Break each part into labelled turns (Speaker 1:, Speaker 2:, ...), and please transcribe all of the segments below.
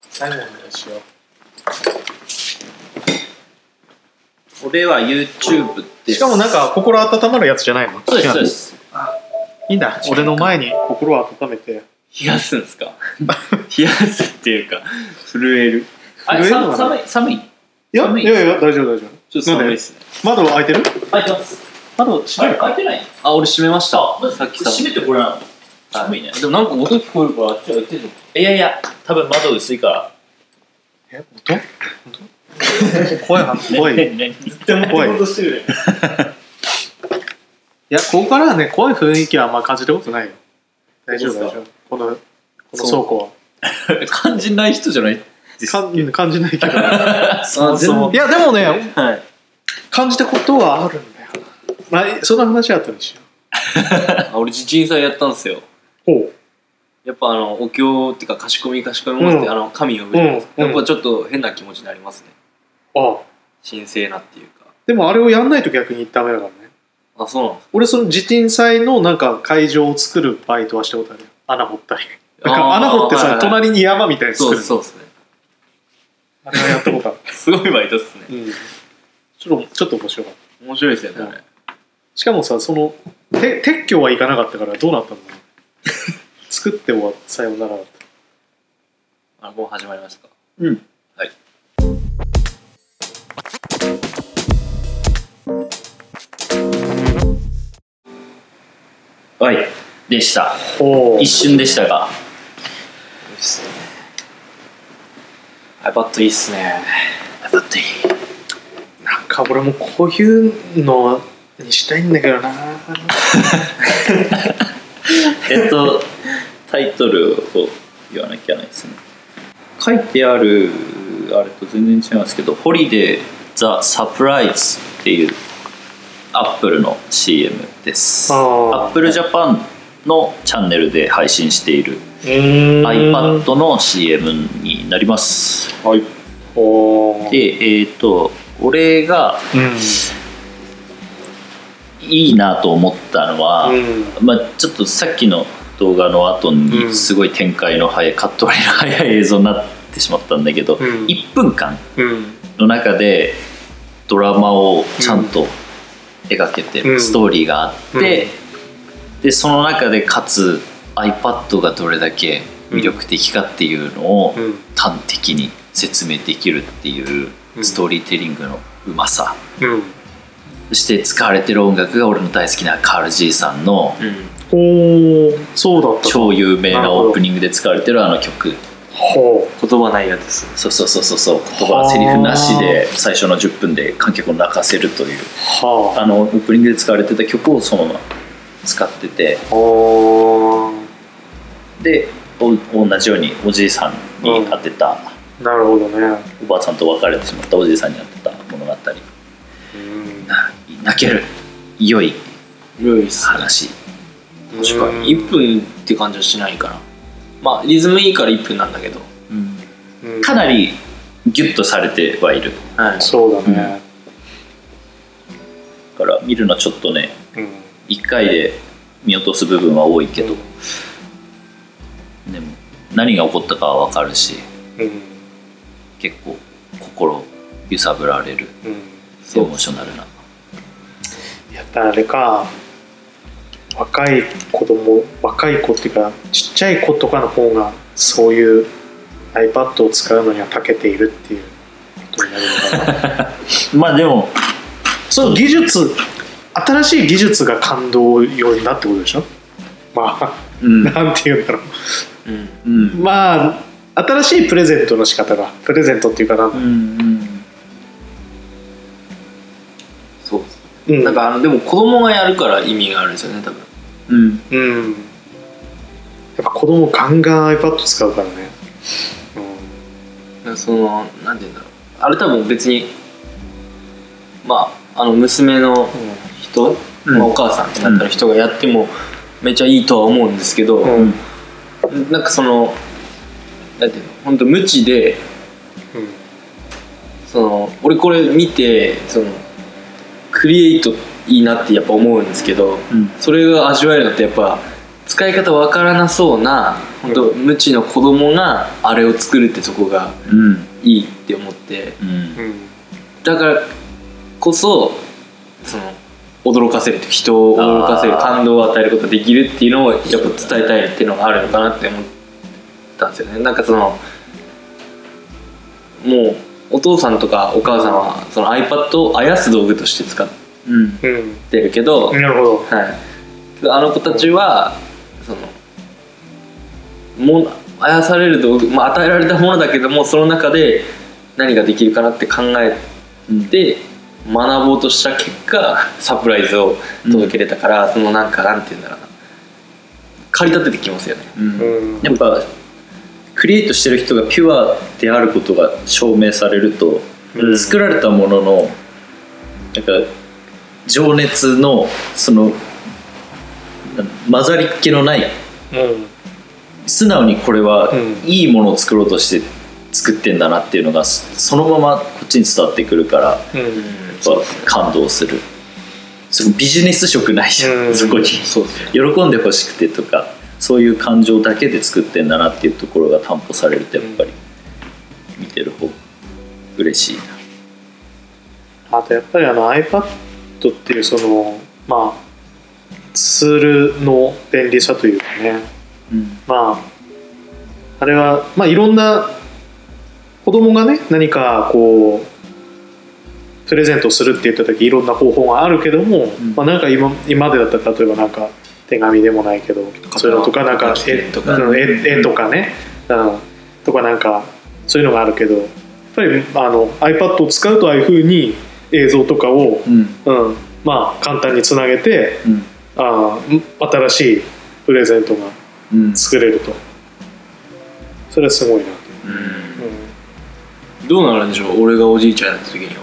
Speaker 1: 最後にしよう。
Speaker 2: 俺は YouTube です
Speaker 1: しかもなんか心温まるやつじゃないの
Speaker 2: そうですそうです
Speaker 1: いいんだ俺の前に心を温めて
Speaker 2: 冷やすんで すか冷やすっていうか震えるあれ
Speaker 1: 震えるの
Speaker 2: 寒
Speaker 1: かな
Speaker 2: 寒い寒い
Speaker 1: いや
Speaker 2: 寒い
Speaker 1: いやいや大丈夫大丈夫
Speaker 2: ちょっと寒いですね
Speaker 1: 窓開いてる
Speaker 3: 開いてます。
Speaker 1: 窓閉め
Speaker 3: あれ
Speaker 1: るか
Speaker 3: 開いてない
Speaker 2: あ俺閉めました
Speaker 3: あ、まずさ
Speaker 2: さっ
Speaker 3: っ
Speaker 2: き
Speaker 3: き
Speaker 2: さ
Speaker 3: 閉めてこれなの。寒いね。
Speaker 2: でもなんか音聞こえるからあっちは言ってる
Speaker 3: いやいや、多分窓薄いから。
Speaker 1: え音音声が怖いい
Speaker 3: 何ずっと持
Speaker 1: 怖い
Speaker 3: としてるね。
Speaker 1: やここからはね怖い雰囲気はあんま感じたことないよ大丈夫
Speaker 3: そう
Speaker 1: 大
Speaker 3: です
Speaker 1: 丈夫このこの倉庫は
Speaker 2: 感じない人じゃないです
Speaker 1: かん感じないけど
Speaker 2: そう
Speaker 1: いやでもね
Speaker 2: はい
Speaker 1: 感じたことはあるんだよまあそんな話あったにしよ
Speaker 2: あ俺地震祭やったんですよ
Speaker 1: うほう
Speaker 2: やっぱあのお経っていうか貸し込み貸し込み持って、
Speaker 1: うん
Speaker 2: あの神を呼ぶ
Speaker 1: う
Speaker 2: じゃない
Speaker 1: ん、
Speaker 2: やっ
Speaker 1: う
Speaker 2: ぱ
Speaker 1: ん、
Speaker 2: ちょっと変な気持ちになりますね
Speaker 1: あ
Speaker 2: 神聖なっていうか
Speaker 1: でもあれをやんないと逆にダメだからね
Speaker 2: あそうなんです
Speaker 1: 俺その地鎮祭のなんか会場を作るバイトはしたことあるよ穴掘ったり
Speaker 2: あー
Speaker 1: だから穴掘って
Speaker 2: はい
Speaker 1: さ
Speaker 2: はい
Speaker 1: 隣に山みたいに
Speaker 2: そ
Speaker 1: 作
Speaker 2: う
Speaker 1: るの
Speaker 2: そうですね
Speaker 1: あれはやったことある、
Speaker 2: すごいバイトっすね
Speaker 1: うん、ちょっとちょっと面白かった
Speaker 2: 面白いですよね、あれ
Speaker 1: しかもさそのて撤去はいかなかったからどうなったんだろう作って終わったさようならだった
Speaker 2: あもう始まりましたか
Speaker 1: うん
Speaker 2: はい
Speaker 3: はい、でした。
Speaker 1: お
Speaker 3: 一瞬でしたが。
Speaker 2: iPad いいっすね
Speaker 3: iPad いい。
Speaker 1: なんか俺もこういうのにしたいんだけどな
Speaker 3: えっと、
Speaker 2: タイトルを言わなきゃいけないですね書いてあるあれと全然違うんですけど「ホリデー・ザ・サプライズ」っていうアップルの CM です
Speaker 1: あー
Speaker 2: アップルジャパンのチャンネルで配信している
Speaker 1: うーん
Speaker 2: iPad の CM になります
Speaker 1: はいおー
Speaker 2: でえっ、と俺が
Speaker 1: う
Speaker 2: いいなと思ったのは、
Speaker 1: んうん
Speaker 2: まあ、ちょっとさっきの動画の後
Speaker 1: う
Speaker 2: に
Speaker 1: ん
Speaker 2: すごい展開の早い、カット割りの早い映像になってしまったんだけど、
Speaker 1: うん
Speaker 2: 1分間
Speaker 1: うん
Speaker 2: の中でドラマをちゃんと描けて、
Speaker 1: うん
Speaker 2: ストーリーがあって、でその中でかつ iPad がどれだけ魅力的かっていうのを
Speaker 1: うん
Speaker 2: 端的に説明できるっていう
Speaker 1: うん
Speaker 2: ストーリーテリングのうまさ、
Speaker 1: うん
Speaker 2: そして使われてる音楽が俺の大好きなカール・ジーさんの
Speaker 3: うん。
Speaker 1: おーそうだった
Speaker 2: 超有名なオープニングで使われてるあの曲
Speaker 1: ほ
Speaker 3: 言葉ないやつです。
Speaker 2: そうそうそうそうそう言葉セリフなしで最初の10分で観客を泣かせるという
Speaker 1: うは
Speaker 2: あのオープニングで使われてた曲をそのまま使ってて
Speaker 1: あおー
Speaker 2: でお同じようにおじいさんに当てた、
Speaker 1: なるほどね
Speaker 2: おばあさんと別れてしまったおじいさんに当てた物語
Speaker 1: うん
Speaker 2: な泣ける良い
Speaker 3: 良いっす。
Speaker 2: 話
Speaker 3: 確かに。1分って感じはしないから。まあ、リズムいいから1分なんだけど。
Speaker 1: うん
Speaker 2: かなりギュッとされてはいる
Speaker 3: はい。
Speaker 1: そうだね
Speaker 2: だから見るのちょっとね
Speaker 1: うん
Speaker 2: 1回で見落とす部分は多いけど、でも何が起こったかは分かるし
Speaker 1: うん
Speaker 2: 結構心揺さぶられる
Speaker 1: うん
Speaker 2: エモーショナルな
Speaker 1: やったらあれか若い子供若い子っていうかちっちゃい子とかの方がそういう iPad を使うのには長けているっていうことになるのかな
Speaker 2: まあでも
Speaker 1: その技術新しい技術が感動ようになってことでしょまあ
Speaker 2: うん
Speaker 1: なんて言うんだろ
Speaker 3: うん。
Speaker 2: うん
Speaker 1: うまあ新しいプレゼントの仕方がプレゼントっていうかな
Speaker 2: うんうん
Speaker 3: そう。
Speaker 1: うん
Speaker 3: なんかあの、でも子供がやるから意味があるんですよね、多分。
Speaker 2: う
Speaker 1: う
Speaker 2: ん
Speaker 1: んやっぱ子供ガンガン iPad 使うからね
Speaker 3: そのなんて言うんだろうあれ多分別にまああの娘の人、
Speaker 2: うん
Speaker 3: まあ、お母さんってなったら人がやってもめちゃいいとは思うんですけど、
Speaker 1: うんうん
Speaker 3: なんかそのなんていうの本当無知でその俺これ見てそのクリエイトいいなってやっぱ思うんですけど
Speaker 2: うん
Speaker 3: それが味わえるのってやっぱ使い方わからなそうな本当、無知の子供があれを作るってとこが
Speaker 2: うん
Speaker 3: いいって思って
Speaker 2: うん
Speaker 1: うん
Speaker 3: だからこそその驚かせると人を驚かせる
Speaker 2: あー
Speaker 3: 感動を与えることができるっていうのをやっぱ伝えたいっていうのがあるのかなって思ったんですよねなんかそのもうお父さんとかお母さんはその iPad をあやす道具として使っ
Speaker 2: うん
Speaker 1: うん
Speaker 3: てるけど、
Speaker 1: なるほど
Speaker 3: はい、あの子たちは、そのものあやされる道具、まあ、与えられたものだけどもその中で何ができるかなって考えて学ぼうとした結果サプライズを届けれたから、そのなんかなんて言うんだろうな駆り立ててきますよね
Speaker 2: うん
Speaker 1: うん
Speaker 2: やっぱクリエイトしてる人がピュアであることが証明されると、
Speaker 1: うん
Speaker 2: 作られたもののなんか情熱のそのな混ざりっ気のない
Speaker 1: うん
Speaker 2: 素直にこれは
Speaker 1: うん
Speaker 2: いいものを作ろうとして作ってんだなっていうのがそそのままこっちに伝わってくるからやっ
Speaker 1: うん
Speaker 2: ぱ感動するそのビジネス色ないじゃん、
Speaker 1: うん
Speaker 2: そこに
Speaker 3: そうですね
Speaker 2: 喜んでほしくてとかそういう感情だけで作ってんだなっていうところが担保されるとやっぱり見てる方嬉しいな
Speaker 1: あとやっぱりあの iPad っていうそのまあツールの便利さというかね
Speaker 2: うん
Speaker 1: まああれはまあいろんな子供がね何かこうプレゼントするって言った時いろんな方法があるけども、
Speaker 2: ん
Speaker 1: まあなんか今今までだったら例えばなんか手紙でもないけどそういうのとかなんか
Speaker 3: 書き
Speaker 1: 絵
Speaker 3: 点
Speaker 1: と
Speaker 3: と
Speaker 1: か
Speaker 3: か
Speaker 1: 絵絵とかね、うん、とかなんかそういうのがあるけどやっぱりあの iPad を使うとああいうふうに映像とかを、
Speaker 2: うん
Speaker 1: うんまあ、簡単につなげて
Speaker 2: うん
Speaker 1: あー新しいプレゼントが
Speaker 2: うん
Speaker 1: 作れるとそれはすごいなと、
Speaker 3: どうなるんでしょう俺がおじいちゃんになった時には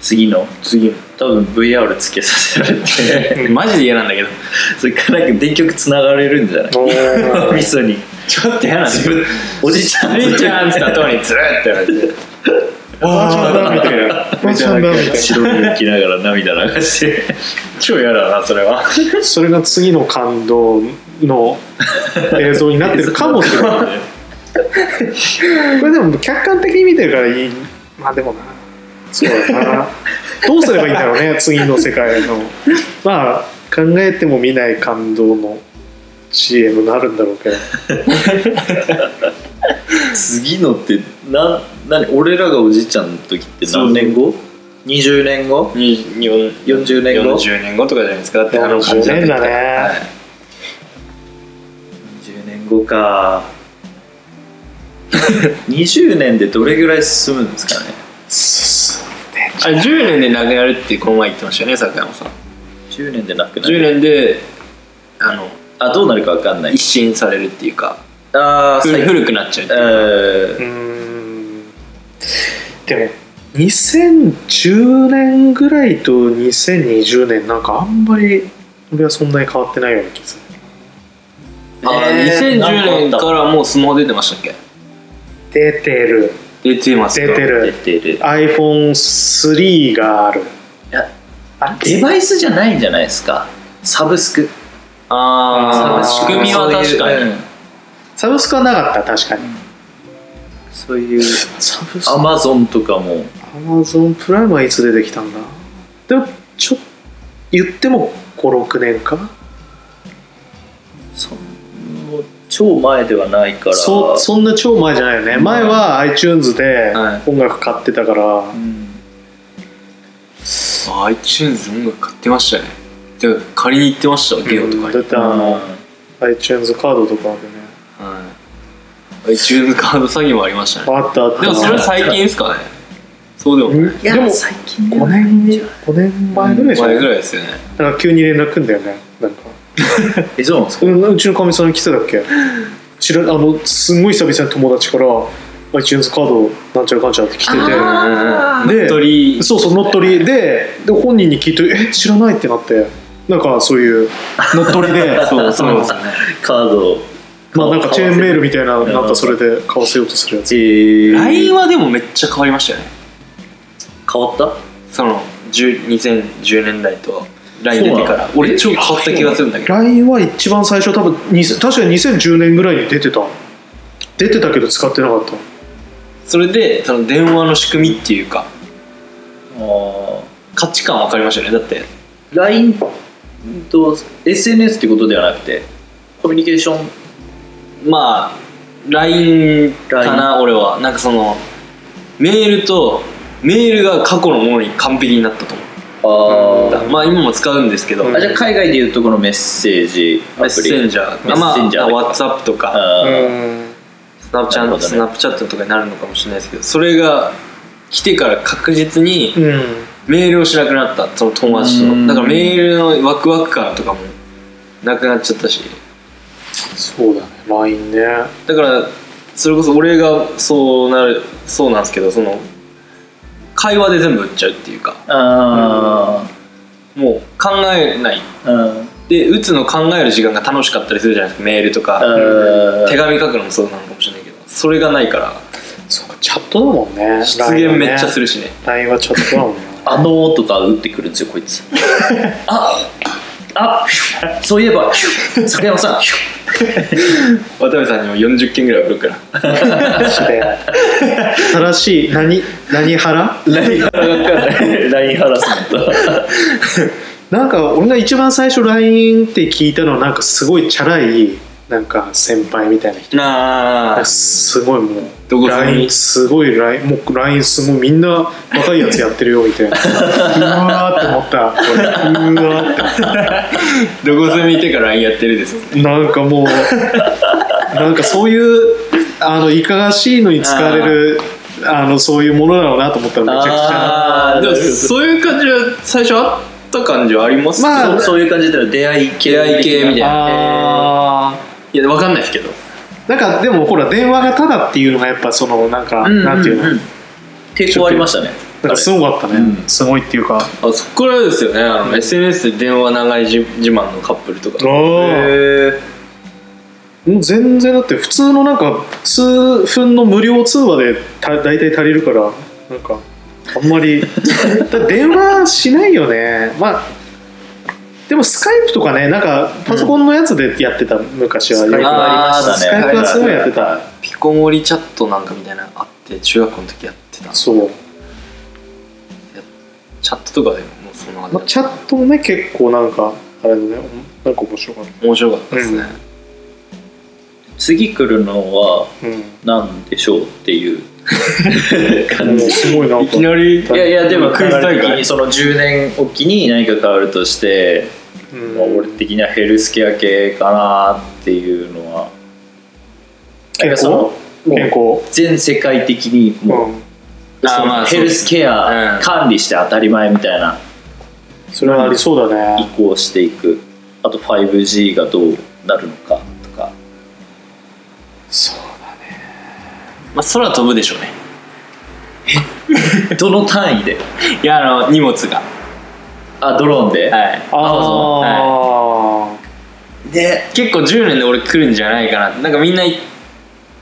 Speaker 2: 次の
Speaker 3: 次
Speaker 2: 多分 VR つけさせられ て
Speaker 3: マジで嫌なんだけど
Speaker 2: それからなんか電極つながれるんじゃない
Speaker 1: おー
Speaker 2: 味噌に
Speaker 3: ちょっと嫌なんだけど
Speaker 2: おじいちゃん
Speaker 3: おじいちゃんっつった後にずるって言われて
Speaker 1: お ばあちゃんだみたいなおばあちゃんだみたい
Speaker 2: 白い浮きながら涙流して
Speaker 3: 超嫌だなそれ
Speaker 1: な
Speaker 3: は
Speaker 1: それが次の感動の映像になってるかもしれないこれでも客観的に見てるからいいまあでもなそうだなどうすればいいんだろうね次の世界のまあ考えても見ない感動の CM になるんだろうけど
Speaker 2: 次のってな何俺らがおじいちゃんの時って何年後 ?20 年後
Speaker 3: 40
Speaker 2: 40年後
Speaker 3: 40年後とかじゃないですかだってあの
Speaker 1: 40年だね
Speaker 2: 20年後か 20年でどれぐらい進むんですかね
Speaker 3: あれ10年でなくなるってこの前言ってましたよね坂山さん
Speaker 2: 10年でなくな
Speaker 3: 10年
Speaker 2: る
Speaker 3: であの
Speaker 2: あどうなるか分かんない
Speaker 3: 一新されるっていうか
Speaker 2: ああ
Speaker 3: 古古くなっちゃうって
Speaker 2: え
Speaker 3: いう
Speaker 1: う
Speaker 2: ー
Speaker 1: ーんでも2010年ぐらいと2020年なんかあんまり俺はそんなに変わってないような気がする
Speaker 3: あ
Speaker 2: えー
Speaker 3: 2010年からもうスマホ出てましたっけ
Speaker 1: 出てる
Speaker 3: 出てますか
Speaker 1: 出て
Speaker 2: 出
Speaker 1: る
Speaker 2: てる
Speaker 1: iPhone3 がある
Speaker 2: いや
Speaker 1: あ
Speaker 2: デバイスじゃないんじゃないですかサブスク
Speaker 3: あ
Speaker 1: あー
Speaker 3: あ仕組みは確かに
Speaker 1: サブスクはなかった確かに
Speaker 2: そういう
Speaker 1: サブスク
Speaker 2: アマゾンとかも
Speaker 1: アマゾンプライムはいつ出てきたんだでもちょ言っても56年か
Speaker 2: そんもう超前ではないから
Speaker 1: そそんな超前じゃないよね前は iTunes で
Speaker 3: は
Speaker 1: 音楽買ってたから、
Speaker 2: うん
Speaker 3: あ iTunes 音楽買ってましたねで借りに行ってましたゲオとか
Speaker 1: だっ
Speaker 3: に、
Speaker 1: てあの、iTunes カードとかでね
Speaker 3: はい iTunes カード詐欺もありましたね
Speaker 1: あったあった
Speaker 3: でもそれは最近ですかねそうでもない
Speaker 1: でも
Speaker 2: 最近
Speaker 1: 5年五年前ぐらいじゃな
Speaker 3: 前
Speaker 1: い
Speaker 3: ぐらいですよね
Speaker 1: だから急に連絡くんだよねなんか
Speaker 2: えそうなんですか
Speaker 1: うんうちのかみさんに来てたっけ知らあのすんごい久々に友達から iTunes カードなんちゃらかんちゃらって来て
Speaker 3: うん
Speaker 1: で
Speaker 3: 乗っ取り
Speaker 1: てそうそう乗っ取りでで本人に聞いてえ知らないってなってなんかそういう乗っ取りで
Speaker 3: そうそうですね
Speaker 2: カード
Speaker 1: まあなんかチェーンメールみたいななんかそれで買わせようとするやつ
Speaker 2: えー
Speaker 3: LINE はでもめっちゃ変わりましたよね
Speaker 2: 変わった
Speaker 3: その10 2010年代と LINE 出てから
Speaker 2: そうなの
Speaker 3: 俺超変わった気がするんだけど
Speaker 1: LINE は一番最初多分2000確かに2010年ぐらいに出てた出てたけど使ってなかった
Speaker 3: それでその電話の仕組みっていうか
Speaker 2: あ
Speaker 3: 価値観分かりましたよねだって
Speaker 2: LINE と SNS ってことではなくてコミュニケーション
Speaker 3: まあ LINE かな俺はなんかそのメールとメールが過去のものに完璧になったと思
Speaker 2: あ
Speaker 3: った
Speaker 2: ー
Speaker 3: まあ今も使うんですけど、
Speaker 1: うん
Speaker 2: あじゃあ海外でいうとこのメッセージアプリ
Speaker 3: メッセンジャー
Speaker 2: メッセンジャー
Speaker 3: まあ、ワッツアップとか、
Speaker 2: あ
Speaker 3: スナプチ
Speaker 2: な
Speaker 3: ャン、
Speaker 2: るほどね
Speaker 3: スナプチャットとかになるのかもしれないですけどそれが来てから確実に
Speaker 1: うん、
Speaker 3: メールをしなくなったその友達と
Speaker 2: うん
Speaker 3: だからメールのワクワク感とかもなくなっちゃったし
Speaker 1: そうだね LINE ね
Speaker 3: だからそれこそ俺がそうなるそうなんですけどその会話で全部打っちゃうっていうか
Speaker 2: あ
Speaker 3: もう考えない
Speaker 2: ーうん
Speaker 3: で打つの考える時間が楽しかったりするじゃないですかメールとか
Speaker 2: うん
Speaker 3: 手紙書くのもそうなのかもしれないけどそれがないから
Speaker 1: そうかチャットだもんね
Speaker 3: 出現めっちゃす
Speaker 1: る
Speaker 3: るしね
Speaker 1: LINE はチャットだもんね
Speaker 2: あのーとか打ってくるんですよこいつああそういえば酒山さん
Speaker 3: 渡部さんにも40件ぐらい送るから
Speaker 1: マジで新しい何何腹
Speaker 2: LINE ハラスメント
Speaker 1: なんか俺が一番最初 LINE って聞いたのはなんかすごいチャラいなんか先輩みたいな人
Speaker 3: なあ
Speaker 1: すごいもう
Speaker 3: どこ住み
Speaker 1: LINE すごい LINE もう LINE すごいみんな若いやつやってるよみたいなうわーって思った俺うわーっ
Speaker 3: どこ住みいてから LINE やってるです
Speaker 1: てなんかもうなんかそういうあのいかがしいのに使われるあのそういうものなのなと思ったらめちゃくちゃ
Speaker 3: あーでもそういう感じは最初あった感じはあります
Speaker 1: まあ
Speaker 2: そうそういう感じで出会い系
Speaker 3: 出会い系みたいな
Speaker 1: あー
Speaker 3: いやわかんないですけど
Speaker 1: なんかでもほら電話がただっていうのがやっぱそのなんか、
Speaker 2: うんうんうん
Speaker 1: なんていうのなん
Speaker 2: 抵抗ありましたね
Speaker 1: かすごかったね、
Speaker 2: うん
Speaker 1: すごいっていうか
Speaker 3: あそこからですよねあの、SNS で電話長いじ自慢のカップルとか
Speaker 1: へもう全然だって普通のなんか数分の無料通話でた大体足りるからなんかあんま りだ電話しないよねまあでもスカイプとかねなんかパソコンのやつでやってた、昔は
Speaker 2: スカイプありましたね
Speaker 1: スカイプはすごいやってた
Speaker 3: ピコモリチャットなんかみたいなのあって中学校の時やってた
Speaker 1: そう、
Speaker 3: チャットとかでもその
Speaker 1: まあ、チャットもね結構なんかあれだねなんか面白かっ
Speaker 3: 面白かったですね、
Speaker 2: 次来るのは
Speaker 1: た、うん
Speaker 2: 何でしょうっていう 感
Speaker 1: も
Speaker 2: じ
Speaker 1: うすごいなんか
Speaker 3: り
Speaker 2: いやいやでも
Speaker 3: ク
Speaker 2: ク
Speaker 3: イ
Speaker 2: イ
Speaker 3: ズ
Speaker 2: ズ
Speaker 3: 大
Speaker 2: 大
Speaker 3: 会
Speaker 2: 会その10年おきに何か変わるとして、
Speaker 1: うん
Speaker 2: まあ俺的にはヘルスケア系かなっていうのは
Speaker 1: 健康
Speaker 2: なんかその
Speaker 1: 健康
Speaker 2: もう全世界的に
Speaker 1: う
Speaker 2: もう、
Speaker 1: ん
Speaker 2: その
Speaker 3: あまあ
Speaker 2: ヘルスケ
Speaker 3: う
Speaker 2: ア
Speaker 3: ん
Speaker 2: 管理して当たり前みたいな
Speaker 1: それはありそうだ
Speaker 2: 移
Speaker 1: ね
Speaker 2: 行していくあと 5G がどうなるのかと か
Speaker 1: そう
Speaker 3: まあ、空飛ぶでしょうね
Speaker 2: どの単位で
Speaker 3: いやあの荷物が
Speaker 2: あドローンで、
Speaker 3: はい
Speaker 1: ああ
Speaker 2: で
Speaker 3: 結構10年で俺来るんじゃないかななんかみんない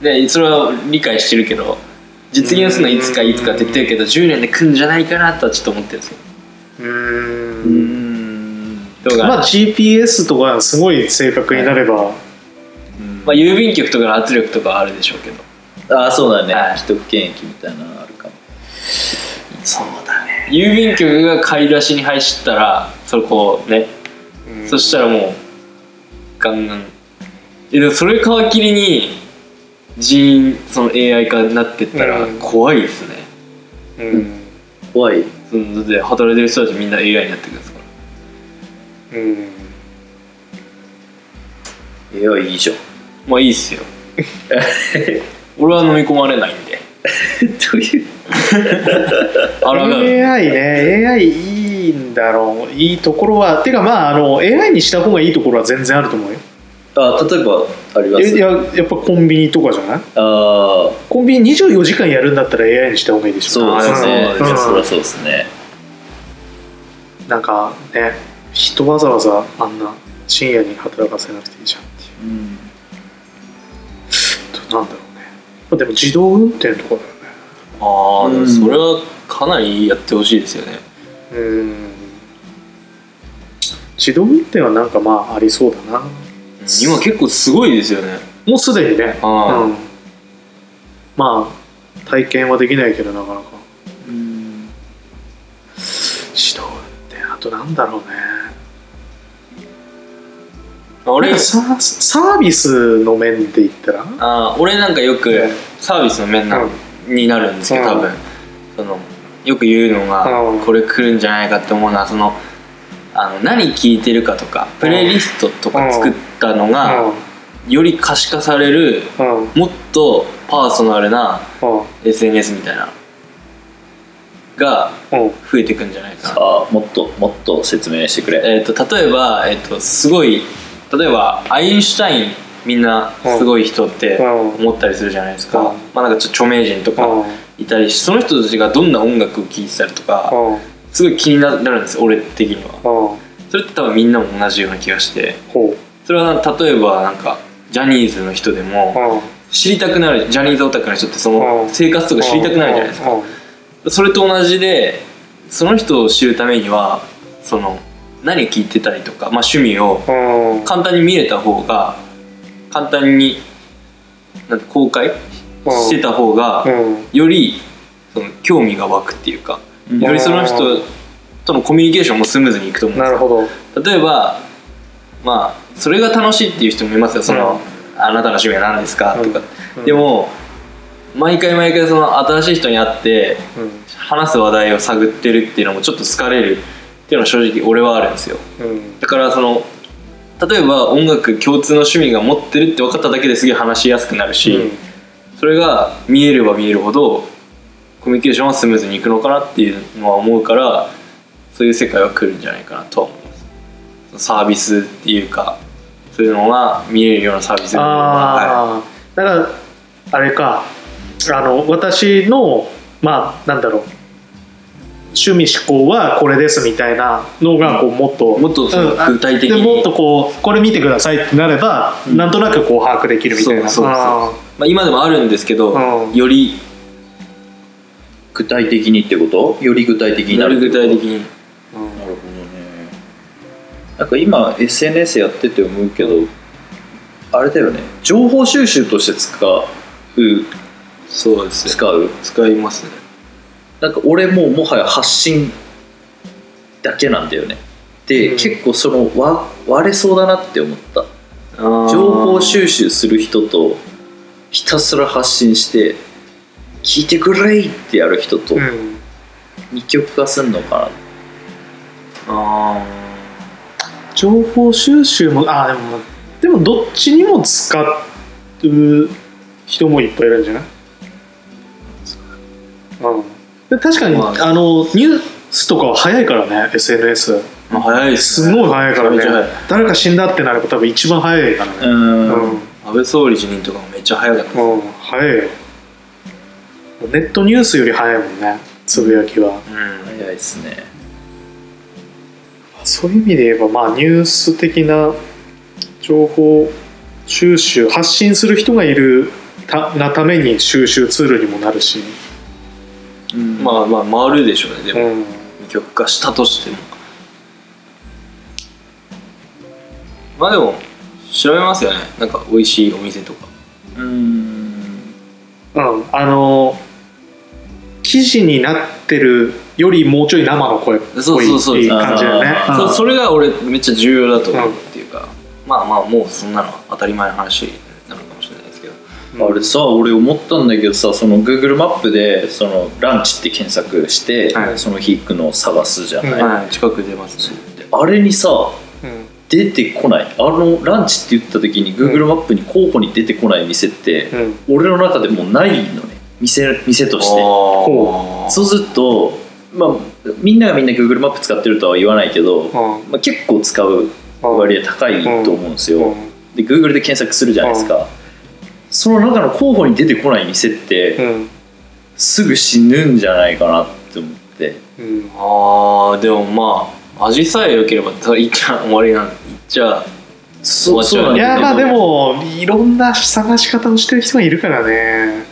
Speaker 3: ねそれは理解してるけど実現するのはいつかいつかって言ってるけど10年で来るんじゃないかなとはちょっと思ってるんですよ
Speaker 1: う
Speaker 2: うー
Speaker 1: ん
Speaker 2: ん
Speaker 3: とか、ま
Speaker 1: ま
Speaker 3: あ
Speaker 1: あ GPS とかすごい正確になれば
Speaker 3: 郵便局とかの圧力とかはあるでしょうけど
Speaker 2: あそうだね、
Speaker 3: はい
Speaker 2: 既得権益みたいなのあるかも
Speaker 1: そうだね
Speaker 3: 郵便局が買い出しに入ったらそれこうね、そしたらもうガンガンえでもそれ皮切りに人員その AI 化になってったら
Speaker 1: うん
Speaker 3: 怖いですね、
Speaker 1: うん
Speaker 2: 怖い
Speaker 3: そのだって働いてる人たちみんな AI になってくるんですから
Speaker 1: うん
Speaker 2: いやいいじゃん
Speaker 3: まあいいっすよ 俺は飲み込まれないんで
Speaker 2: という
Speaker 3: あらがう、
Speaker 1: AI ね AI いいんだろういいところはてかまああの AI にした方がいいところは全然あると思うよ
Speaker 2: あ例えばありま
Speaker 1: えい
Speaker 2: す
Speaker 1: ややっぱコンビニとかじゃない
Speaker 2: ああ
Speaker 1: コンビニ24時間やるんだったら AI にした方がいいでしょ
Speaker 2: そうですね
Speaker 3: あー
Speaker 2: いや
Speaker 1: そ
Speaker 2: そうり
Speaker 1: で
Speaker 2: ゃ
Speaker 1: す
Speaker 2: そうですね
Speaker 1: なんかね人わざわざあんな深夜に働かせなくていいじゃんっていう
Speaker 2: うん
Speaker 1: なんだろうねまあでも自動運転とかだよね
Speaker 3: ああで
Speaker 2: う
Speaker 3: も
Speaker 2: ん
Speaker 3: それはかなりやってほしいですよね
Speaker 1: うん自動運転はなんかまあありそうだな
Speaker 3: 今結構すごいですよね
Speaker 1: もうすでにね、
Speaker 3: ああ
Speaker 1: うん、まあ体験はできないけどなかなか
Speaker 2: うん
Speaker 1: 自動運転あとなんだろうね
Speaker 3: 俺
Speaker 1: なんかササービスの面で言ったら
Speaker 3: あー俺なんかよくサービスの面な、になるんですけど多分、
Speaker 1: う
Speaker 3: そのよく言うのが、
Speaker 1: うん
Speaker 3: これ来るんじゃないかって思うのはそのあの何聴いてるかとかプレイリストとか作ったのが、より可視化される
Speaker 1: うんうん
Speaker 3: もっとパーソナルな SNS みたいなのが
Speaker 1: うん
Speaker 3: 増えていくんじゃないかな
Speaker 2: あもっともっと説明してくれ
Speaker 3: えー、と例えば、えー、とすごい例えばアインシュタインみんなすごい人って
Speaker 1: うん
Speaker 3: 思ったりするじゃないですか、
Speaker 1: うん
Speaker 3: まあなんかちょ著名人と
Speaker 1: う
Speaker 3: か
Speaker 1: んうん
Speaker 3: いたりしその人たちがどんな音楽を聴いてたりとか
Speaker 1: うん
Speaker 3: すごい気になるんです俺的には
Speaker 1: うん
Speaker 3: それって多分みんなも同じような気がして
Speaker 1: ほ
Speaker 3: それはなんか例えばなんかジャニーズの人で
Speaker 1: うう
Speaker 3: も
Speaker 1: ん
Speaker 3: 知りたくなるジャニーズオタクの人ってその
Speaker 1: うん
Speaker 3: 生活とか知りたくなるじゃないですか
Speaker 1: うん
Speaker 3: それと同じでその人を知るためにはその何聴いてたりとか、まあ、趣味を
Speaker 1: うん
Speaker 3: 簡単に見れた方が簡単になんて公開してた方が
Speaker 1: うん
Speaker 3: よりその興味が湧くっていうか
Speaker 2: うん
Speaker 3: よりその人とのコミュニケーションもスムーズにいくと思うん
Speaker 1: な
Speaker 3: で
Speaker 1: るほど
Speaker 3: すよ例えばまあそれが楽しいっていう人もいますよその、あなたの趣味は何ですかとか、
Speaker 1: うん
Speaker 3: でも毎回毎回その新しい人に会って
Speaker 1: う
Speaker 3: 話す話題を探ってるっていうのもちょっと好かれるっていうのは正直俺はあるんですよ
Speaker 1: んうん
Speaker 3: だからその例えば音楽共通の趣味が持ってるって分かっただけですげえ話しやすくなるし、それが見えれば見えるほどコミュニケーションはスムーズにいくのかなっていうのは思うからそういう世界は来るんじゃないかなとは思いますサービスっていうかそういうのが見えるようなサービスは
Speaker 1: ああだからあれかあの私のまあなんだろう趣味思考はこれですみたいなのがこうもっと、
Speaker 3: いもっとその具体的
Speaker 1: で
Speaker 3: に、
Speaker 1: もっとこうこれ見てくださいってなれば、なんとなくこう把握できるみたいな
Speaker 3: そうそうそう
Speaker 1: あ
Speaker 3: まあ、今でもあるんですけど、
Speaker 1: うん
Speaker 3: より
Speaker 2: 具体的にってことより具体的にな
Speaker 3: よ
Speaker 2: る
Speaker 3: り
Speaker 2: って
Speaker 3: 具
Speaker 2: こと
Speaker 3: 体的に
Speaker 1: ーうん
Speaker 2: なるほどねなんか今 SNS やってて思うけどあれだよね情報収集として使う
Speaker 3: そうですね
Speaker 2: 使う
Speaker 3: 使いますね
Speaker 2: なんか俺もうもはや発信だけなんだよねで、
Speaker 1: うん
Speaker 2: 結構そのわ割れそうだなって思った情
Speaker 3: 情
Speaker 2: 報収集する人とひたすら発信して聞いてくれいってやる人と
Speaker 1: うん
Speaker 2: 二極化すんのか
Speaker 3: あ
Speaker 1: 情報収集もあーでもでもどっちにも使う人もいっぱいいるんじゃない、うん、で確かに、
Speaker 3: まあ
Speaker 1: あ、のニュースとかは早いからね SNS
Speaker 3: ー、まあ、早いですね
Speaker 1: すごい早いから
Speaker 3: めちゃめちゃ
Speaker 1: ね誰か死んだってなれば多分一番早いからね
Speaker 2: なうん
Speaker 1: うん、
Speaker 3: 安倍総理辞任とかもめっちゃ早かったです
Speaker 1: うん、早いよネットニュースより早いもんねつぶやきは
Speaker 3: うん
Speaker 2: 早いですね
Speaker 1: そういう意味で言えば、まあ、ニュース的な情報収集発信する人がいるたがために収集ツールにもなるし、
Speaker 2: うん
Speaker 3: まあまあ回るでしょうねで
Speaker 1: う
Speaker 3: も
Speaker 1: ん、
Speaker 3: 二極化したとしてもまあでも調べますよねなんか美味しいお店とか
Speaker 2: うん
Speaker 1: うん、あの記事になってるよりもうちょい生の声っ
Speaker 3: そ
Speaker 1: ぽ
Speaker 3: うそうそう
Speaker 1: いいい感じだよね
Speaker 2: あー
Speaker 3: そ
Speaker 1: うん
Speaker 3: それが俺めっちゃ重要だと思うっていうかまあまあもうそんなのは当たり前の話なのかもしれないですけど
Speaker 2: あれさ俺思ったんだけどさその Google マップでそのランチって検索して、
Speaker 3: はい
Speaker 2: その日行くのを探すじゃない、
Speaker 1: うん
Speaker 3: はい近く出ますね
Speaker 2: であれにさ
Speaker 1: うん
Speaker 2: 出てこないあのランチって言った時に Google マップに候補に出てこない店って、
Speaker 1: うん
Speaker 2: 俺の中でもうないのね店店として
Speaker 3: こ
Speaker 2: そうするとまあみんながみんな Google マップ使ってるとは言わないけど、
Speaker 1: うん
Speaker 2: まあ、結構使う割合高いと思うんですよ、
Speaker 1: うん
Speaker 2: で Google で検索するじゃないですか、その中の候補に出てこない店って、
Speaker 1: うん
Speaker 2: すぐ死ぬんじゃないかなって思って
Speaker 1: うん
Speaker 3: あーでもまあ味さえ良ければただいっちゃ終わりなんいっちゃ
Speaker 2: そ
Speaker 3: そうなん
Speaker 1: い
Speaker 3: だよ
Speaker 1: やまあでもいろんな探し方をしてる人がいるからね、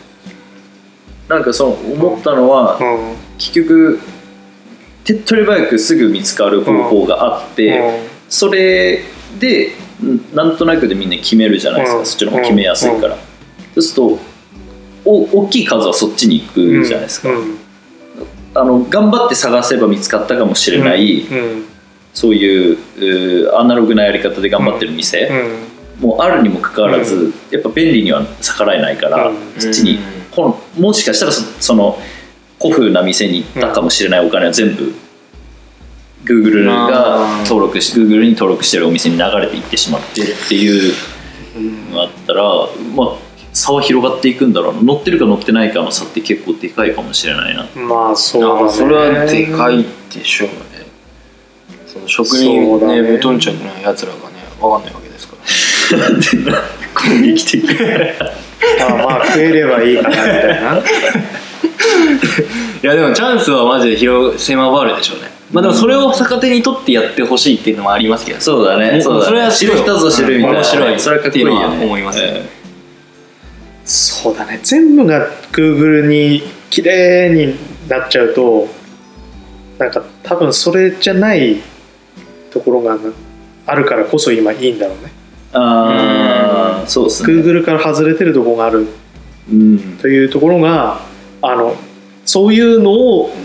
Speaker 2: なんかその思ったのは、
Speaker 1: うん
Speaker 2: 結局手っ取り早くすぐ見つかる方法があって、
Speaker 1: うん
Speaker 2: それでんなんとなくでみんな決めるじゃないですか、
Speaker 1: うん
Speaker 2: そっちの方が決めやすいから、そうするとお大きい数はそっちに行くじゃないですか、
Speaker 1: うん
Speaker 2: あの頑張って探せば見つかったかもしれない、
Speaker 1: うん
Speaker 2: そういううーアナログなやり方で頑張ってる店、
Speaker 1: うん
Speaker 2: もうあるにもかかわらず、
Speaker 1: う
Speaker 2: やっぱ便利には逆らえないから、
Speaker 1: うん
Speaker 2: そっちに
Speaker 3: うん
Speaker 2: ほんもしかしたらそその古風な店に行ったかもしれないお金は全部 Google が登録し Google に登録してるお店に流れていってしまってっていうのがあったら、まあ、差は広がっていくんだろうな乗ってるか乗ってないかの差って結構でかいかもしれ ないな
Speaker 1: まあそうだ
Speaker 3: あ
Speaker 1: ね
Speaker 3: それはでかいでしょうねその職
Speaker 1: そ
Speaker 3: 人
Speaker 1: うだ
Speaker 3: ね
Speaker 1: ね
Speaker 3: 無頓着なやつらがねわかんないわけですから
Speaker 2: 攻撃的
Speaker 1: あまあ食えればいいかなみたいな
Speaker 3: いやでもチャンスはマジで広狭まるでしょうねまあでもそれを逆手に取ってやってほしいっていうのもありますけど
Speaker 2: そうだね
Speaker 3: もう
Speaker 2: そうだね
Speaker 3: それは
Speaker 2: 知る人ぞ知るみたいな
Speaker 1: 面白
Speaker 3: い
Speaker 2: それはかっこいいよ
Speaker 3: っていうの
Speaker 2: ね
Speaker 3: は思いますね
Speaker 2: え
Speaker 1: そうだね全部が Google に綺麗になっちゃうとなんか多分それじゃないところがなあるからこそ今いいんだろうね
Speaker 2: えああそうですね
Speaker 1: Google から外れてるところがある
Speaker 2: うん
Speaker 1: というところがあのそういうのを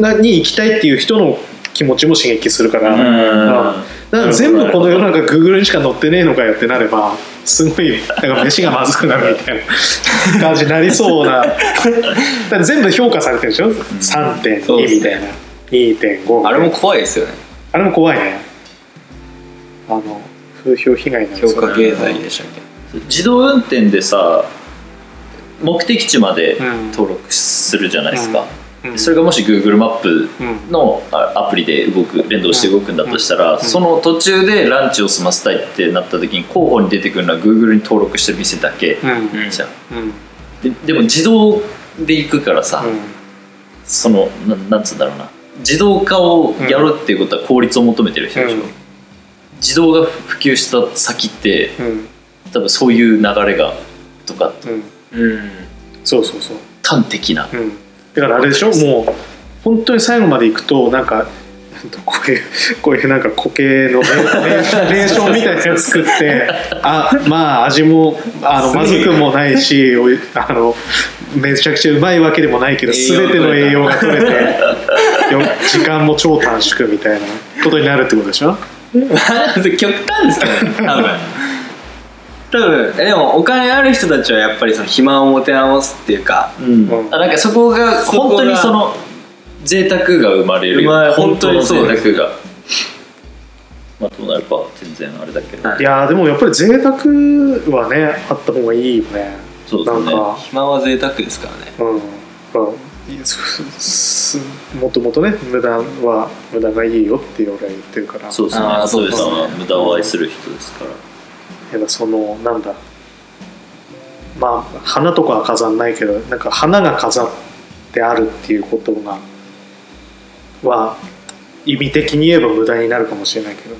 Speaker 1: なに行きたいっていう人の気持ちも刺激するから,、だから全部この世の中 Google にしか載ってねえのかよってなればすごいなんか飯がまずくなるみたいな感じになりそうなだから全部評価されてるでしょ
Speaker 3: そうで
Speaker 1: 3.2
Speaker 3: すね
Speaker 1: みたいな2.5
Speaker 3: あれも怖いですよね
Speaker 1: あれも怖いねあの風評被害なんで
Speaker 3: 強
Speaker 1: すよ
Speaker 3: 化経済でしたっ
Speaker 2: 自動運転でさ目的地まで
Speaker 1: うん
Speaker 2: 登録するじゃないですか、
Speaker 1: うん
Speaker 2: それがもし Google マップ
Speaker 1: うん
Speaker 2: のあアプリで動く連動して動くんだとしたら、その途中でランチを済ませたいってなった時に候補に出てくるのは Google に登録してる店だけ
Speaker 1: うんうん
Speaker 3: け、
Speaker 2: じゃん、
Speaker 1: うん
Speaker 2: ででも自動で行くからさ、
Speaker 1: うん
Speaker 2: そのななんつうんだろうな自動化をやるっていうことは効率を求めてる人でしょ、自動が普及した先って
Speaker 1: うん
Speaker 2: 多分そういう流れがとか
Speaker 1: うん
Speaker 3: うん
Speaker 1: そうそうそう
Speaker 2: 端的な
Speaker 1: うん、だからあれでしょもう本当に最後まで行くとなんかなんかこういうこういうなんか固形 の練習みたいなやつ作ってあまあ味もあのまずくもないしおいあのめちゃくちゃうまいわけでもないけど
Speaker 3: 栄養
Speaker 1: 全ての栄養が取れ てよ時間も超短縮みたいなことになるってことでしょ
Speaker 3: 極端ですけどね多分多分えでもお金ある人たちはやっぱりその暇を持て余すっていうか
Speaker 2: うん
Speaker 1: うん
Speaker 2: あなんかそこが
Speaker 3: そこが
Speaker 2: 本当にその贅沢が生まれるよ
Speaker 3: 生まれ
Speaker 2: 本当の
Speaker 3: 本当
Speaker 2: 贅
Speaker 3: にそう
Speaker 2: 沢
Speaker 3: です
Speaker 2: がまあどうなるかは全然あれだけど、
Speaker 3: はい
Speaker 1: いやーでもやっぱり贅沢はねあった方がいいよね
Speaker 2: そうで
Speaker 1: な
Speaker 2: す
Speaker 1: ん
Speaker 2: ね
Speaker 1: か
Speaker 3: 暇は贅沢ですからね
Speaker 1: うん、うんすすもともとね無駄は無駄がいいよって俺は言ってるから
Speaker 2: そうですね
Speaker 3: あー
Speaker 2: ソ
Speaker 3: そう
Speaker 2: ウ
Speaker 3: で
Speaker 2: さ
Speaker 3: す
Speaker 2: ん
Speaker 3: ね
Speaker 2: は無駄を愛する人ですから
Speaker 1: やっぱそのなんだまあ花とかは飾んないけどなんか花が飾ってあるっていうことがは意味的に言えば無駄になるかもしれないけど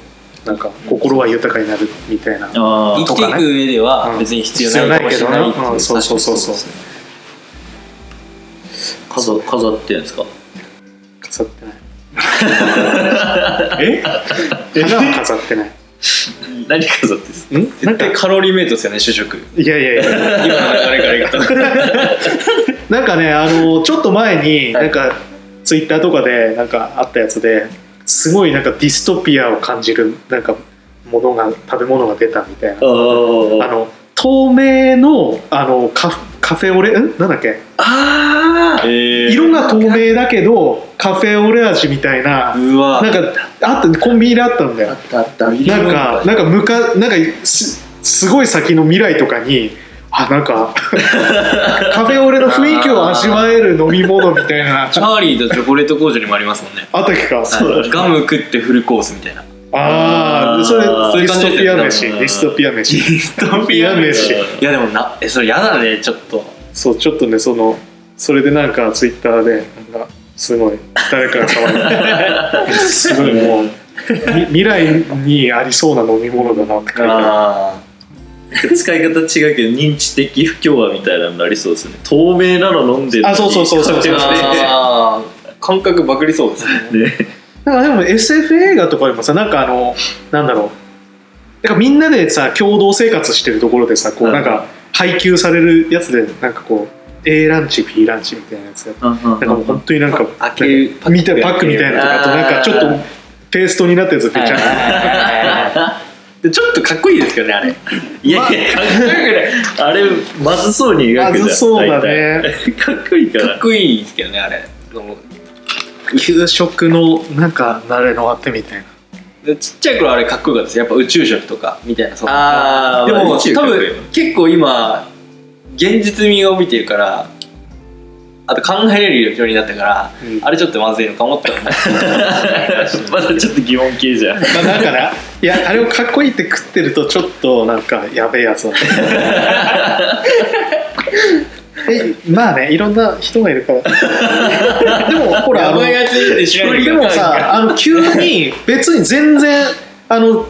Speaker 1: なんか心は豊かになるみたいな、
Speaker 2: あ
Speaker 3: 生き
Speaker 2: ー
Speaker 3: ていく上では別に必要ないかもしれないっていう
Speaker 1: うん必要ないけどねうんそうそうそうそう
Speaker 3: 確かにですね
Speaker 2: 飾飾ってるんですか
Speaker 1: 飾ってないえ花は飾ってない
Speaker 2: 何飾ってんですか
Speaker 1: んなん
Speaker 3: 絶
Speaker 1: か
Speaker 3: 対カロリーメイトですよね主食
Speaker 1: いやいやいや
Speaker 3: 今の流れからいくと
Speaker 1: なんかねあのちょっと前になんか、ツイッターとかでなんかあったやつですごいなんかディストピアを感じるなんかものが食べ物が出たみたいなあ
Speaker 2: あ
Speaker 1: の透明のあのカフカフェオレんなんだっけ
Speaker 3: ああ
Speaker 1: 色が透明だけどカフェオレ味みたいな
Speaker 3: うわ
Speaker 1: なんかあったコンビニであったんだよ
Speaker 3: たあった
Speaker 1: なんかなんかむかなんかすすごい先の未来とかにあなんかカフェオレの雰囲気を味わえる飲み物みたいな
Speaker 3: チャーリーとチョコレート工場にもありますもんね
Speaker 1: あったっけか、
Speaker 3: ガム食ってフルコースみたいな
Speaker 1: ああそれ
Speaker 3: そう
Speaker 1: ディ
Speaker 3: いう感
Speaker 1: ス
Speaker 3: じ
Speaker 1: トピア
Speaker 3: です
Speaker 1: 飯
Speaker 3: よね
Speaker 1: ディストピア飯
Speaker 3: ト
Speaker 1: ピア飯
Speaker 3: いやでもなえそれやだねちょっと
Speaker 1: そうちょっとねそのそれでなんかツイッターでなんかすごい誰かが騒 いですごいもうみ未来にありそうな飲み物だなって書いてある
Speaker 3: あ
Speaker 2: 使い方違うけど認知的不協和みたいなのになりそうですね透明なの飲んでるのに
Speaker 1: あそうそうそうそう
Speaker 2: 買ってますね
Speaker 3: あ感覚バグりそうですね
Speaker 2: ね
Speaker 1: なんかでも SF 映画とかでもさなんかあのなんだろうなんかみんなでさ共同生活してるところでさこう
Speaker 3: うん
Speaker 1: なんか配給されるやつでなんかこう A ランチ B ランチみたいなやつやって
Speaker 2: うん
Speaker 1: なんかもう本当になんか
Speaker 3: パ開ける
Speaker 1: なんか見てパックみたいなとかあとなんかちょっとペーストになったやつペチャン
Speaker 2: でちょっとかっこいいですけどねあれいやいやかっこよくないあれまずそうに描くじゃん
Speaker 1: まずそうだね
Speaker 2: 大体 かっこいいか
Speaker 3: かっ
Speaker 2: ら
Speaker 3: こいいですけどねあれその
Speaker 1: 給食のなんか慣れのあてみたいな
Speaker 3: でちっちゃい頃あれかっこよかったですやっぱ宇宙食とかみたいなその
Speaker 2: あー
Speaker 3: で
Speaker 2: ま
Speaker 3: も
Speaker 2: あ宇宙
Speaker 3: 多
Speaker 2: かっこいいよね
Speaker 3: 分結構今現実味を帯びてるからあと考えれるようになったから、
Speaker 1: うん
Speaker 3: あれちょっとまずいのかもって思った
Speaker 2: まだちょっと疑問系じゃん
Speaker 1: まあだからいやあれをかっこいいって食ってるとちょっとなんかやべえやつだ ねえまあねいろんな人がいるから でもほらあの
Speaker 3: やばいやつで知らない
Speaker 1: でもさあの急に別に全然あの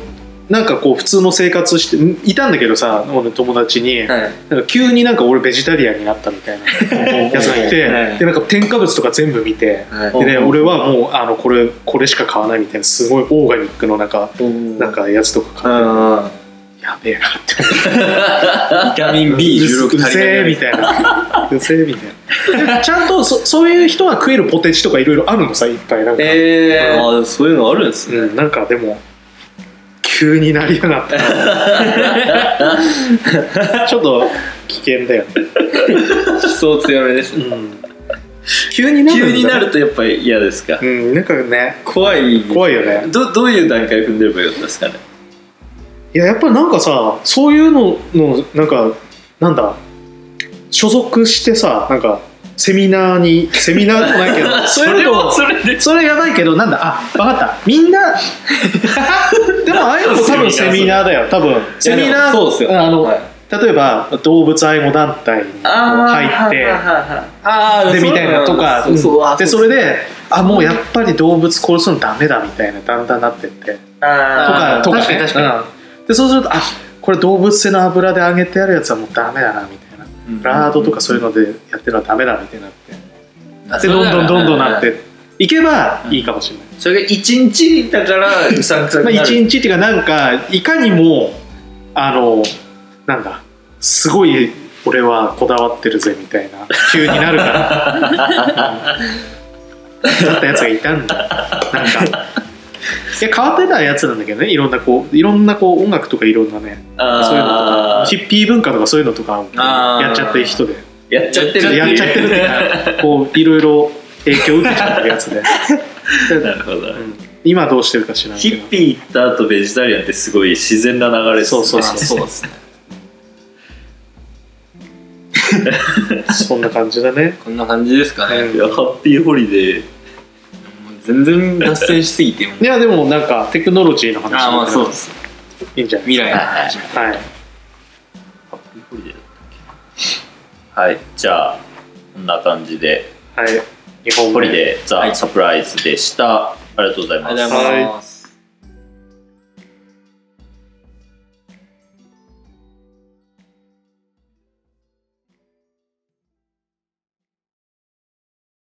Speaker 1: なんかこう普通の生活してんいたんだけどさ俺の友達に、
Speaker 3: はい
Speaker 1: なんか急になんか俺ベジタリアンになったみたいなやつがいて
Speaker 3: はい
Speaker 1: でなんか添加物とか全部見て、
Speaker 3: はい
Speaker 1: でね俺はもうあのこれこれしか買わないみたいなすごいオーガニックのなんかなんかやつとか買って、
Speaker 3: うん
Speaker 1: やべえなって
Speaker 3: ビタミン B16
Speaker 1: う
Speaker 3: 足り
Speaker 1: ぜえ
Speaker 3: ない
Speaker 1: みたいなうぜえみたいなでちゃんとそそういう人が食えるポテチとかいろいろあるのさいっぱいなんか、
Speaker 3: えー、
Speaker 1: あ
Speaker 3: あそういうのあるんですね、
Speaker 1: うん、なんかでも急になりやが ったなちょっと危険だよね、
Speaker 3: 思想強めですね
Speaker 1: うん、急になるんだ
Speaker 2: 急になるとやっぱり嫌ですか
Speaker 1: うんなんかね
Speaker 2: 怖い
Speaker 1: 怖いよね
Speaker 2: どどういう段階踏んでればよかったですかね
Speaker 1: いややっぱなんかさそういうののなんかなんだ所属してさなんかセミナーにセミナーじゃないけ どそういうのを
Speaker 2: それで
Speaker 1: それやばいけどなんだあ分かったみん なでもああいうの多分セミナーだよ多分セミナー
Speaker 3: そうですよ
Speaker 1: んあの、
Speaker 3: はい
Speaker 1: 例えば動物愛護団体にこう入って
Speaker 3: あー
Speaker 1: でみたいなとか
Speaker 3: そうそう
Speaker 1: うん
Speaker 3: あ
Speaker 1: で
Speaker 3: う
Speaker 1: それであもうやっぱり動物殺すのダメだみたいなだんだんなってってと
Speaker 3: あ
Speaker 1: か
Speaker 3: ー
Speaker 1: とか
Speaker 3: 確かに確かに、
Speaker 1: うんでそうするとあこれ動物性の油で揚げてあるやつはもうダメだなみたいな、ラードとかそういうのでやってるのはダメだみたいになって
Speaker 3: あ
Speaker 1: で
Speaker 3: そう
Speaker 1: どん
Speaker 3: だ
Speaker 1: どんどんどんなっ
Speaker 3: う
Speaker 1: ていけばいいかもしれない、
Speaker 3: それが一日だからうさんくさ
Speaker 1: ま
Speaker 3: く
Speaker 1: あ、
Speaker 3: な
Speaker 1: 一
Speaker 3: る
Speaker 1: 日っていうかなんかいかにもあのなんだすごい俺はこだわってるぜみたいな急になるから なったやつがいたんだなんかいや変わってたやつなんだけどねいろんなこういろんなこう音楽とかいろんなねそういうのと
Speaker 3: あ
Speaker 1: かヒッピー文化とかそういうのとかを
Speaker 3: あー
Speaker 1: やっちゃってる人で
Speaker 2: やっちゃってる
Speaker 1: やっちゃってるっていうかこういろいろ影響を受けちゃってるやつで、
Speaker 2: なるほど
Speaker 1: うん今どうしてるか知らない
Speaker 2: ヒ
Speaker 1: けど
Speaker 2: ッピー行った後ベジタリアンってすごい自然な流れですね
Speaker 1: そうそう
Speaker 3: ーそうですね
Speaker 1: そんな感じだね
Speaker 3: こんな感じですかね、
Speaker 1: うん
Speaker 2: いやハッピーホリデー
Speaker 3: もう全然脱線しすぎても
Speaker 1: いやでもなんかテクノロジーの話
Speaker 3: ああまあそうです
Speaker 1: いいんじゃない
Speaker 3: 未来の話
Speaker 1: はい
Speaker 2: ハッピーホリデーだったっけはいじゃあこんな感じで
Speaker 1: はい日本
Speaker 2: ホ
Speaker 1: 語
Speaker 2: リデーザ・
Speaker 3: はい
Speaker 2: サプライズでしたありがとうござい
Speaker 3: あ
Speaker 2: ま
Speaker 3: り
Speaker 2: す
Speaker 3: がとうございます